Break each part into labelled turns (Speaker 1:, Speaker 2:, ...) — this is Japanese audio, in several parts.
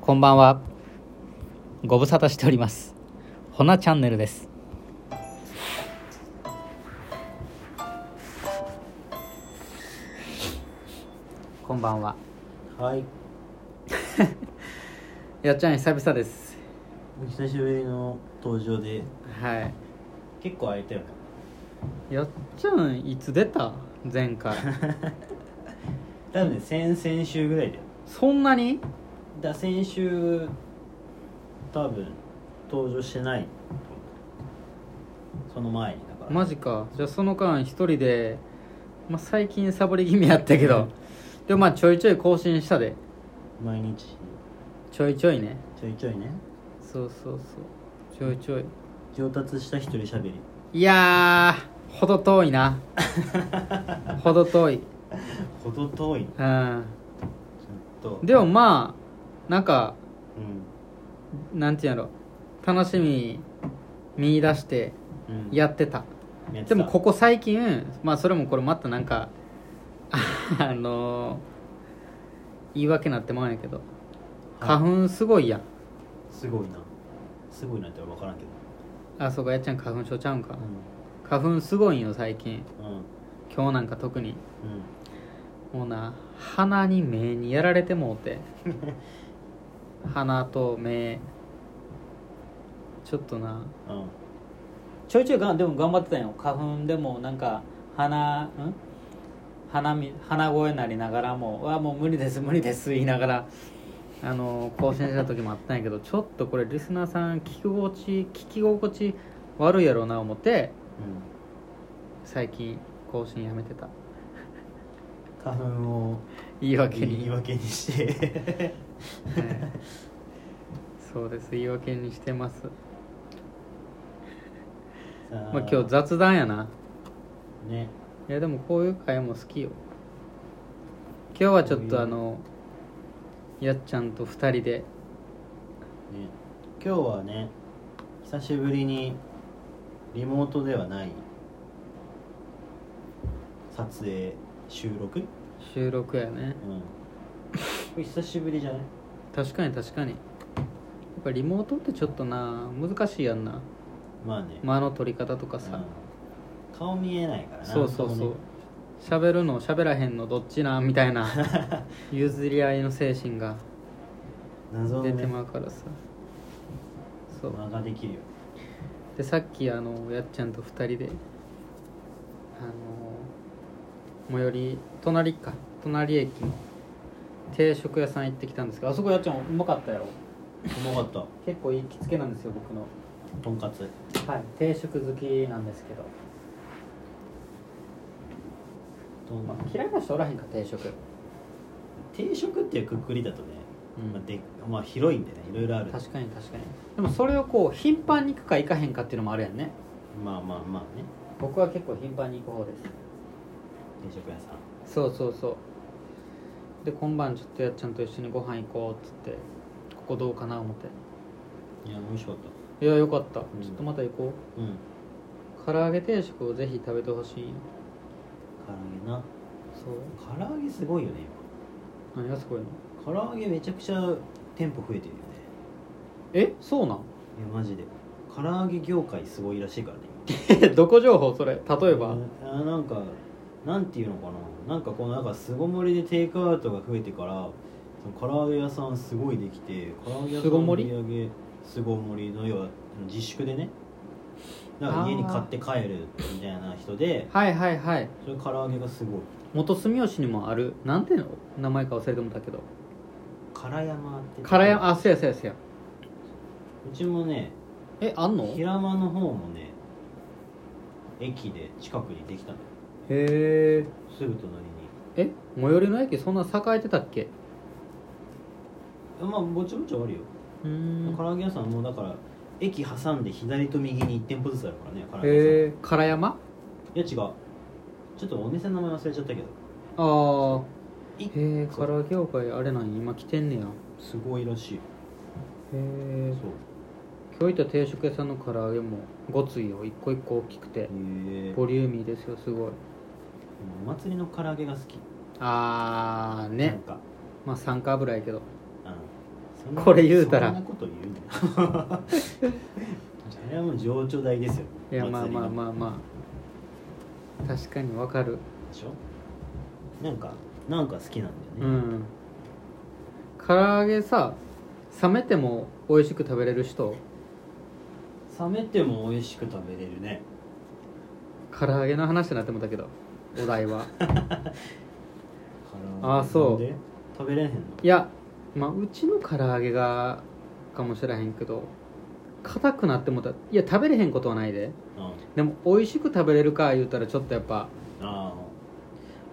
Speaker 1: こんばんは。ご無沙汰しております。ほなチャンネルです。こんばんは。
Speaker 2: はい、
Speaker 1: やっちゃん久々です。
Speaker 2: お久しぶりの登場で
Speaker 1: は
Speaker 2: 結構空いたよね
Speaker 1: い。やっちゃんいつ出た前回。
Speaker 2: 多分ね先々週ぐらいだよ
Speaker 1: そんなに
Speaker 2: だ先週多分登場してないその前にだから
Speaker 1: マジか。じゃあその間一人で、まあ、最近サボり気味やったけど、でもまあちょいちょい更新したで。
Speaker 2: 毎日
Speaker 1: ちょいちょいね。
Speaker 2: ちょいちょいね
Speaker 1: そうそうそう。ちょいちょい。
Speaker 2: 上達した一人喋り
Speaker 1: いやーほど遠い なほど遠い
Speaker 2: ほど遠いち
Speaker 1: うん
Speaker 2: ょっと
Speaker 1: でもまあなんか
Speaker 2: う
Speaker 1: なんていうんやろ楽しみ見出して
Speaker 2: ん、うん、
Speaker 1: やってた
Speaker 2: やって
Speaker 1: で
Speaker 2: た
Speaker 1: もここ最近まあそれもこれまたなんか あの言い訳なってまうんやけど花粉すごいやん
Speaker 2: すごいなすごいなって分からんけど
Speaker 1: あそうかやっちゃん花粉症ちゃうんか花粉すごいんよ最近
Speaker 2: うんうん
Speaker 1: 今日なんか特に
Speaker 2: うん
Speaker 1: もうな鼻に目にやられてもうて鼻と目ちょっとな
Speaker 2: うん
Speaker 1: ちょいちょいがでも頑張ってたんよ花粉でもなんか鼻ん鼻み鼻声になりながらも「うわもう無理です無理です」言いながらあの更新した時もあったんやけどちょっとこれリスナーさん聞き心地聞き心地悪いやろうな思って
Speaker 2: うん
Speaker 1: 最近更新やめてた
Speaker 2: 花粉を
Speaker 1: 言い訳に
Speaker 2: 言い訳にして
Speaker 1: はいそうです言い訳にしてます、
Speaker 2: さ
Speaker 1: まあ、今日雑談やな
Speaker 2: ね
Speaker 1: いやでもこういう会も好きよ今日はちょっとあのやっちゃんと2人で
Speaker 2: ね今日はね久しぶりにリモートではない撮影収録うん
Speaker 1: 収録やね
Speaker 2: これ久しぶりじゃない
Speaker 1: 確かに確かにやっぱリモートってちょっとな難しいやんな
Speaker 2: まあね、
Speaker 1: 間の取り方とかさ、
Speaker 2: うん顔見えないからな
Speaker 1: そうそうそう喋るの喋らへんのどっち なみたいな譲り合いの精神が
Speaker 2: 謎の、
Speaker 1: 出
Speaker 2: ね、
Speaker 1: てまうからさそう
Speaker 2: 間ができるよ
Speaker 1: でさっきあのやっちゃんと2人であの最寄り隣か隣駅の定食屋さん行ってきたんですけどあそこやっちゃんうまかったやろ
Speaker 2: うまかった
Speaker 1: 結構行きつけなんですよ僕の
Speaker 2: とんかつ
Speaker 1: はい定食好きなんですけど、
Speaker 2: とん
Speaker 1: まあ、嫌いな人おらへんか定食
Speaker 2: 定食っていうくくりだとね、
Speaker 1: うん
Speaker 2: まあ、でまあ広いんでねいろいろある
Speaker 1: 確かに確かにでもそれをこう頻繁に行くか行かへんかっていうのもあるやんね
Speaker 2: まあまあまあね
Speaker 1: 僕は結構頻繁に行く方です
Speaker 2: 定食屋さん
Speaker 1: そうそうそうで今晩ちょっとやっちゃんと一緒にご飯行こうっつってここどうかな思って
Speaker 2: いや美味しかっ
Speaker 1: いやよかった、
Speaker 2: ん
Speaker 1: ちょっとまた行こ
Speaker 2: たうん
Speaker 1: う唐揚げ定食をぜひ食べてほしいよ
Speaker 2: 唐揚げな
Speaker 1: そう
Speaker 2: 唐揚げすごいよね
Speaker 1: 何がすごいの
Speaker 2: 今唐揚げめちゃくちゃ店舗増えてるよね
Speaker 1: えそうなん
Speaker 2: いやマジで唐揚げ業界すごいらしいからね今
Speaker 1: え どこ情報それ例えば、
Speaker 2: うんあなんかなんていうのかななんかこのなんか巣ごもりでテイクアウトが増えてからその唐揚げ屋さんすごいできて唐揚げ屋さ
Speaker 1: 巣
Speaker 2: ん
Speaker 1: ご
Speaker 2: の
Speaker 1: も
Speaker 2: 売
Speaker 1: り
Speaker 2: り上げ巣ごもりの要は自粛でねだか
Speaker 1: あ
Speaker 2: ら
Speaker 1: ー
Speaker 2: 家に買って帰るみたいな人で
Speaker 1: はいはいはい
Speaker 2: それ唐揚げがすごい
Speaker 1: 元住吉にもあるなんていうの名前か忘れてもたけど
Speaker 2: 唐山って
Speaker 1: 唐山あそうやそうやそうや
Speaker 2: うちもね
Speaker 1: えあんのへ
Speaker 2: 平間の方もね駅で近くにできたのよ
Speaker 1: え
Speaker 2: すぐ隣に
Speaker 1: え最寄りの駅そんな栄えてたっけ
Speaker 2: あまあぼちぼちあるよ、
Speaker 1: うーん
Speaker 2: 唐揚げ屋さんもだから駅挟んで左と右に1店舗ずつあるからね唐揚げ屋さん、
Speaker 1: へえ唐山
Speaker 2: いや違うちょっとお店の名前忘れちゃったけ
Speaker 1: あ
Speaker 2: ど
Speaker 1: あ
Speaker 2: い
Speaker 1: へえ唐揚げ業界あれなんや今来てんねやへ
Speaker 2: すごいらしい
Speaker 1: え
Speaker 2: そう
Speaker 1: 今日行った定食屋さんの唐揚げもごついよ一個一個大きくて
Speaker 2: へえ
Speaker 1: ボリューミーですよすごい
Speaker 2: お祭りの唐揚げが好き
Speaker 1: あー
Speaker 2: なん
Speaker 1: ね
Speaker 2: か
Speaker 1: まあ酸化油やけど
Speaker 2: あのそんな
Speaker 1: これ言うたら
Speaker 2: そんなこと言う のあれはもう情緒代ですよ
Speaker 1: いやまあまあまあ
Speaker 2: あ
Speaker 1: まあ確かにわかる
Speaker 2: でしょなんかなんか好きなんだ
Speaker 1: う
Speaker 2: よね、
Speaker 1: ん唐揚げさ冷めても美味しく食べれる人
Speaker 2: 冷めても美味しく食べれるね
Speaker 1: 唐揚げの話になってもだけどお題 は
Speaker 2: 唐揚げ
Speaker 1: あそう
Speaker 2: なんで食べれへんの
Speaker 1: いやまあうちの唐揚げがかもしれへんけど硬くなってもたいや食べれへんことはないで
Speaker 2: あ
Speaker 1: でも美味しく食べれるか言うたらちょっとやっぱ
Speaker 2: あ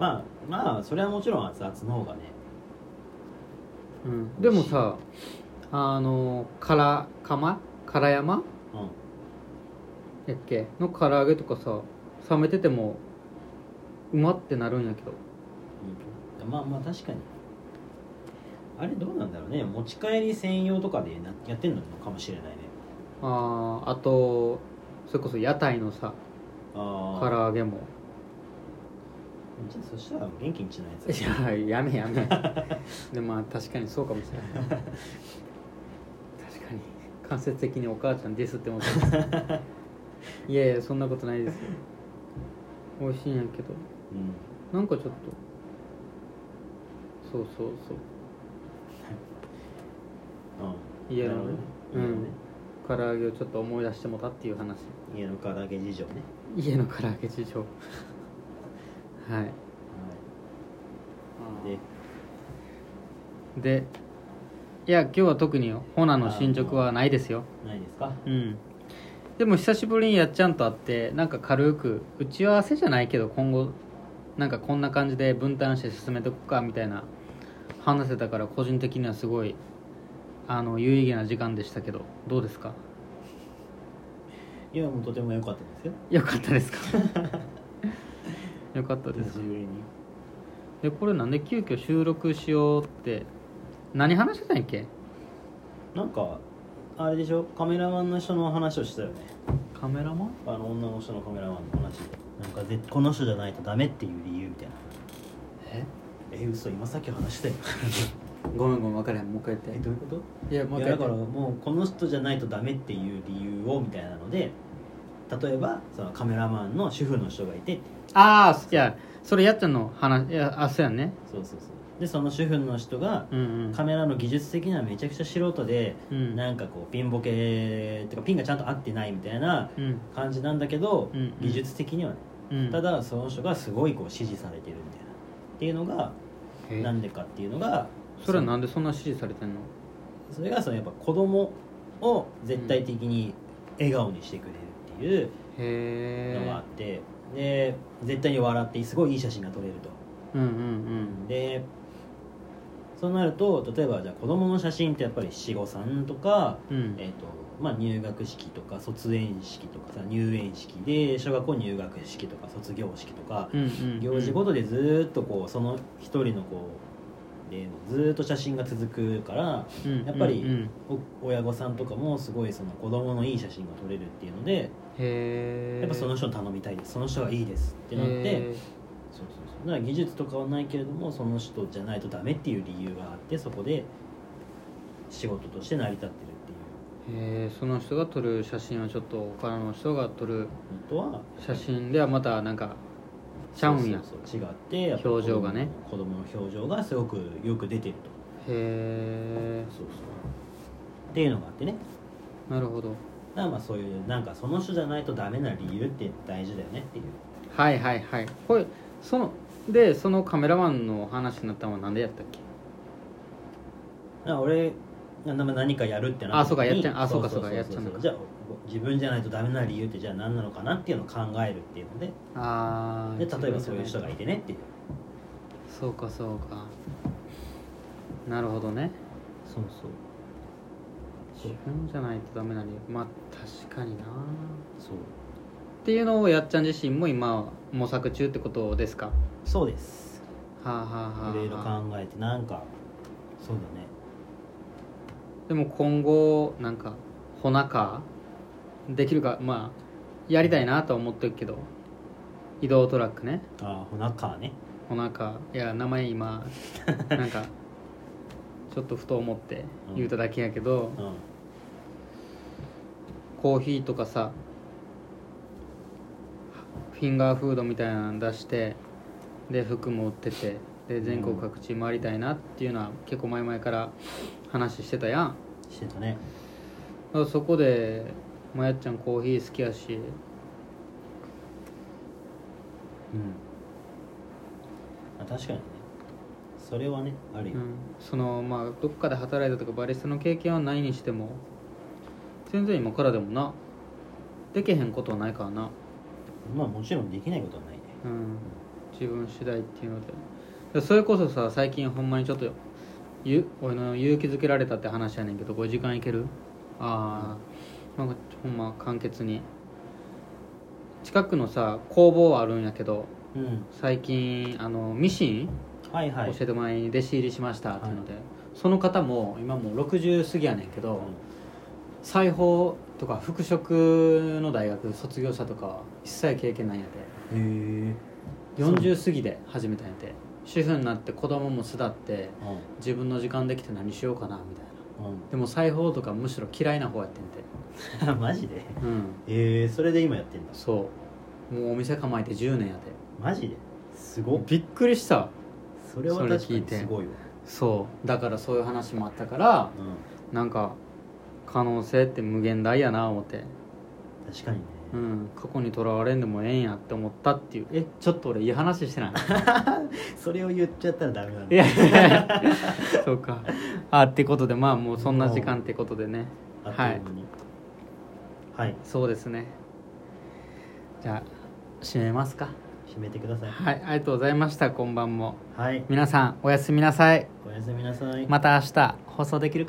Speaker 2: ーまあまあそれはもちろん熱々の方がね
Speaker 1: うんでもさあのから釜から山
Speaker 2: うん
Speaker 1: やっけの唐揚げとかさ冷めててもうまってなるんやけど
Speaker 2: うんまあまあ確かにあれどうなんだろうね持ち帰り専用とかでなやってんのかもしれないね
Speaker 1: あーあとそれこそ屋台のさ
Speaker 2: あ
Speaker 1: 唐
Speaker 2: あ
Speaker 1: 揚 げも
Speaker 2: じゃあそしたら元気にしないやつ
Speaker 1: いややめや めでまあ確かにそうかもしれない確かに間接的にお母ちゃんディスって思ってます いやいやそんなことないですよ美味しいんやけど
Speaker 2: うん
Speaker 1: なんかちょっとそうそうそう
Speaker 2: うん
Speaker 1: 家
Speaker 2: なる
Speaker 1: の
Speaker 2: ほど
Speaker 1: ね
Speaker 2: ね
Speaker 1: うん唐揚げをちょっと思い出してもたっていう話
Speaker 2: 家の唐揚げ事情ね
Speaker 1: 家の唐揚げ事情 はい
Speaker 2: はいで
Speaker 1: でいや今日は特にホナの進捗はないですよ
Speaker 2: ないですか
Speaker 1: うんでも久しぶりにやっちゃんと会ってなんか軽く打ち合わせじゃないけど今後なんかこんな感じで分担して進めていこうかみたいな話せたから個人的にはすごいあの有意義な時間でしたけどどうですか
Speaker 2: いやもうとても良かったですよ
Speaker 1: よかったですかよかったです
Speaker 2: 久しぶりに
Speaker 1: でこれなんで急遽収録しようって何話してたんやっけ
Speaker 2: なんかあれでしょカメラマンの人の話をしたよね
Speaker 1: カメラマン
Speaker 2: あの女の人のカメラマンの話でなんかぜこの人じゃないとダメっていう理由みたいな
Speaker 1: え
Speaker 2: え嘘今さっき話したよ
Speaker 1: ごめんごめん分からへんもう一回言
Speaker 2: え
Speaker 1: って
Speaker 2: どういうこ
Speaker 1: い
Speaker 2: と
Speaker 1: やもう
Speaker 2: い
Speaker 1: 一
Speaker 2: や
Speaker 1: 回
Speaker 2: だ
Speaker 1: 言
Speaker 2: から
Speaker 1: って
Speaker 2: もうこの人じゃないとダメっていう理由をみたいなので例えばそのカメラマンの主婦の人がいて
Speaker 1: ああいやそれやっちゃんの話いやあそうやんね
Speaker 2: そうそうそうでその主婦の人が
Speaker 1: うんうん
Speaker 2: カメラの技術的にはめちゃくちゃ素人で、
Speaker 1: うん
Speaker 2: なんかこうピンボケってかピンがちゃんと合ってないみたいな
Speaker 1: うん
Speaker 2: 感じなんだけど、
Speaker 1: うん
Speaker 2: 技術的にはね、
Speaker 1: うん
Speaker 2: ただその人がすごいこう支持されてるみたいなっていうのが
Speaker 1: え
Speaker 2: なんでかっていうのが
Speaker 1: それはなんでそんな支持されてんの
Speaker 2: それがそのやっぱ子供を絶対的に笑顔にしてくれるっていう、のがあ
Speaker 1: へ
Speaker 2: って、で絶対に笑ってすごいいい写真が撮れると
Speaker 1: えうんうん
Speaker 2: でそうなると例えばじゃあ子供の写真ってやっぱり七五三とか、
Speaker 1: うんうん
Speaker 2: えーとまあ、入学式とか卒園式とかさ入園式で小学校入学式とか卒業式とか、
Speaker 1: うんうん
Speaker 2: 行事ごとでずーっとこうその一人のこうでずーっと写真が続くから
Speaker 1: うん
Speaker 2: やっぱり
Speaker 1: うんうん
Speaker 2: お親御さんとかもすごいその子供のいい写真が撮れるっていうので
Speaker 1: へえ
Speaker 2: やっぱその人に頼みたいですその人がいいですってなって。そうそうそうだから技術とかはないけれどもその人じゃないとダメっていう理由があってそこで仕事として成り立ってるってい
Speaker 1: へえその人が撮る写真はちょっと他の人が撮る
Speaker 2: うのとは
Speaker 1: 写真ではまたなんかちゃうんや
Speaker 2: そうそうそう違ってやっぱ
Speaker 1: 表情がね
Speaker 2: 子供の子供の表情がすごくよく出てると
Speaker 1: へえ
Speaker 2: そうそうっていうのがあってね
Speaker 1: なるほど
Speaker 2: だからまあそういうなんかその人じゃないとダメな理由って大事だよねっていう
Speaker 1: はいはいはいこれそのでそのカメラマンの話になったのは何でやったっけ
Speaker 2: だから俺なな何かやるってな
Speaker 1: あそうか
Speaker 2: 時
Speaker 1: やっ
Speaker 2: に
Speaker 1: ちゃんあそうかそうかやっちゃ
Speaker 2: そ
Speaker 1: ん
Speaker 2: う
Speaker 1: のか
Speaker 2: じゃあ自分じゃないとダメな理由ってじゃあ何なのかなっていうのを考えるっていうので
Speaker 1: ああ
Speaker 2: で例えばそういう人がいてねっていう
Speaker 1: そうかそうかなるほどね
Speaker 2: そうそう
Speaker 1: 自分じゃないとダメな理由まあ確かにな
Speaker 2: そう
Speaker 1: っていうのをやっちゃん自身も今は模索中ってことですかは
Speaker 2: そうです
Speaker 1: あ、はあはあはあ
Speaker 2: いろいろ考えてなんかそうだね
Speaker 1: でも今後なんかほなかできるかまあやりたいなとは思ってるけど移動トラックね
Speaker 2: ああほなかね
Speaker 1: もうなんかいや名前今なんかちょっとふと思って
Speaker 2: うん
Speaker 1: 言うただけやけど、
Speaker 2: うん
Speaker 1: コーヒーとかさフィンガーフードみたいなの出してで服も売っててで全国各地回りたいなっていうのは結構前々から話してたやん
Speaker 2: してたね
Speaker 1: だからそこでまやっちゃんコーヒー好きやし
Speaker 2: うんあ確かにねそれはねあるよ、
Speaker 1: うん、そのまあどっかで働いたとかバリスタの経験はないにしても全然今からでもなできへんことはないからな、
Speaker 2: まあもちろんできないことはないね
Speaker 1: うん、自分次第っていうのででそれこそさ最近ほんまにちょっとゆ俺の勇気づけられたって話やねんけどこれ時間いけるああなんかほんま簡潔に近くのさ工房あるんやけど
Speaker 2: うん
Speaker 1: 最近あのミシン
Speaker 2: はいはい
Speaker 1: 教えてもらいに弟子入りしましたっていうので、その方も今もう60過ぎやねんけど、裁縫とか服飾の大学卒業者とかは一切経験ないんや
Speaker 2: うんへ
Speaker 1: で
Speaker 2: え
Speaker 1: 40過ぎで始めたんやて主婦になって子供も巣立って
Speaker 2: う
Speaker 1: 自分の時間できて何しようかなみたいなんでも裁縫とかむしろ嫌いな方やってんて
Speaker 2: うん マジで
Speaker 1: うん
Speaker 2: ええそれで今やってんだ
Speaker 1: そうもうお店構えて10年やて
Speaker 2: マジですごっ
Speaker 1: びっくりした
Speaker 2: それは
Speaker 1: それ
Speaker 2: 確か
Speaker 1: 聞い
Speaker 2: に
Speaker 1: て
Speaker 2: すごいわ
Speaker 1: そうだからそういう話もあったから
Speaker 2: う
Speaker 1: なんか可能性って無限大やな思って
Speaker 2: ん確かにね
Speaker 1: うん、過去にとらわれんでもええんやって思ったっていうえちょっと俺いい話してない
Speaker 2: それを言っちゃったらダメなん
Speaker 1: い
Speaker 2: だ
Speaker 1: やいやいやそうかあってことでまあもうそんな時間ってことでね
Speaker 2: あっという間にはい
Speaker 1: そうですねじゃあ締めますか
Speaker 2: 締めてください
Speaker 1: はいありがとうございましたこんばんも
Speaker 2: はい
Speaker 1: 皆さんおやすみなさい
Speaker 2: おやすみなさい
Speaker 1: また明日放送できるかな